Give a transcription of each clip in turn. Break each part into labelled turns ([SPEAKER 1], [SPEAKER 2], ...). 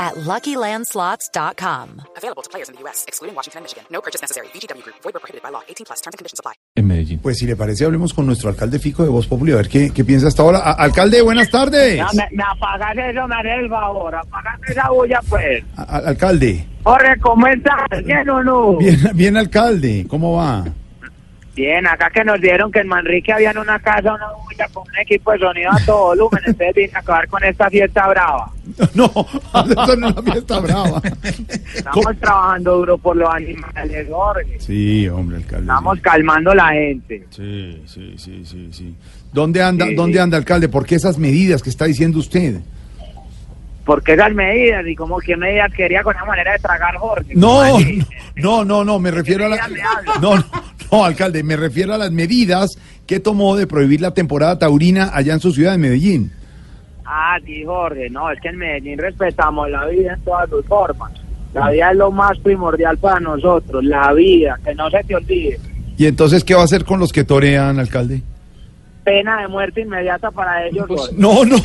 [SPEAKER 1] at LuckyLandSlots.com.
[SPEAKER 2] Available to players in the U.S., excluding Washington and Michigan. No purchase necessary. VGW Group. Void where prohibited by law. 18 plus. Terms and conditions apply.
[SPEAKER 3] en Medellín.
[SPEAKER 4] Pues si le parece, hablemos con nuestro alcalde Fico de Voz Popular, a ver qué, qué piensa hasta ahora. A- alcalde, buenas tardes.
[SPEAKER 5] Ya, me, me apagas eso, me haré el favor. Apagas esa bulla, pues.
[SPEAKER 4] A- a- alcalde,
[SPEAKER 5] Jorge, ¿cómo estás? ¿Bien o no?
[SPEAKER 4] bien, bien alcalde, ¿cómo va?
[SPEAKER 5] Bien, acá que nos dieron que en Manrique habían una casa, una bulla con un equipo de sonido a todo volumen. Entonces vine a acabar con esta fiesta brava.
[SPEAKER 4] No, eso no es una fiesta brava.
[SPEAKER 5] Estamos trabajando duro por los animales, Jorge.
[SPEAKER 4] Sí, hombre, alcalde.
[SPEAKER 5] Estamos calmando la gente.
[SPEAKER 4] Sí, sí, sí, sí, sí. ¿Dónde anda,
[SPEAKER 5] Sí,
[SPEAKER 4] dónde
[SPEAKER 5] sí.
[SPEAKER 4] anda, alcalde? ¿Por qué esas medidas que está diciendo usted?
[SPEAKER 5] Porque esas medidas, y como qué medidas quería con esa manera de tragar Jorge.
[SPEAKER 4] No,
[SPEAKER 5] Así.
[SPEAKER 4] no, no, no, me refiero a la...
[SPEAKER 5] ¿De qué medida me habla?
[SPEAKER 4] No, no, no, alcalde, me refiero a las medidas que tomó de prohibir la temporada taurina allá en su ciudad de Medellín.
[SPEAKER 5] Ah, sí, Jorge, no, es que en Medellín respetamos la vida en todas sus formas. La vida es lo más primordial para nosotros, la vida, que no se te olvide.
[SPEAKER 4] ¿Y entonces qué va a hacer con los que torean, alcalde?
[SPEAKER 5] Pena de muerte inmediata para ellos. Jorge.
[SPEAKER 4] No, no,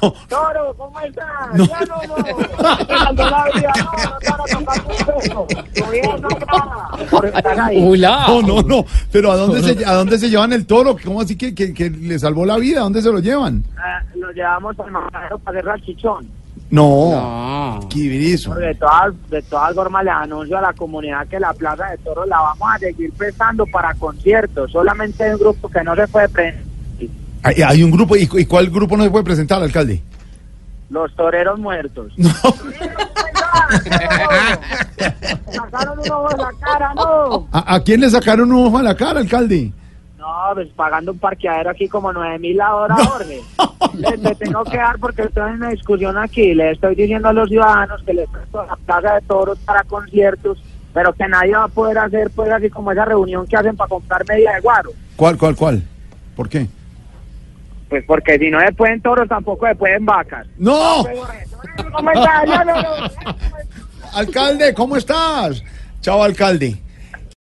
[SPEAKER 4] no,
[SPEAKER 5] Toro, ¿cómo estás? Ya no, no. Cuando la vida, no, no, para tocar un peso. Tu vida no es nada. Jorge, ¿estás ahí?
[SPEAKER 4] no, no, no. Pero ¿a dónde se, a dónde se llevan el toro? ¿Cómo así que, que, que le salvó la vida? ¿A dónde se lo llevan?
[SPEAKER 5] Ah, lo llevamos al matadero para hacer salchichón.
[SPEAKER 4] No. ¿Qué eso?
[SPEAKER 5] De todas, de todas formas, les anuncio a la comunidad que la Plaza de Toros la vamos a seguir prestando para conciertos. Solamente hay un grupo que no se puede prestar.
[SPEAKER 4] Hay, hay un grupo, ¿y, cu- y cuál grupo no se puede presentar, alcalde?
[SPEAKER 5] Los toreros muertos.
[SPEAKER 4] No.
[SPEAKER 5] Sacaron un ojo de la cara, no.
[SPEAKER 4] ¿A, a quién le sacaron un ojo a la cara, alcalde?
[SPEAKER 5] No, pues pagando un parqueadero aquí como nueve mil la hora, Jorge. Le, le tengo que dar porque estoy en una discusión aquí. Le estoy diciendo a los ciudadanos que les presto la plaza de toros para conciertos, pero que nadie va a poder hacer pues así como esa reunión que hacen para comprar media de guaro.
[SPEAKER 4] ¿Cuál, cuál, cuál? ¿Por qué?
[SPEAKER 5] Pues porque si no se pueden toros, tampoco se pueden vacas.
[SPEAKER 4] ¡No!
[SPEAKER 5] ¿Cómo estás? Ya no, no, no.
[SPEAKER 4] Alcalde, ¿cómo estás? Chao, alcalde.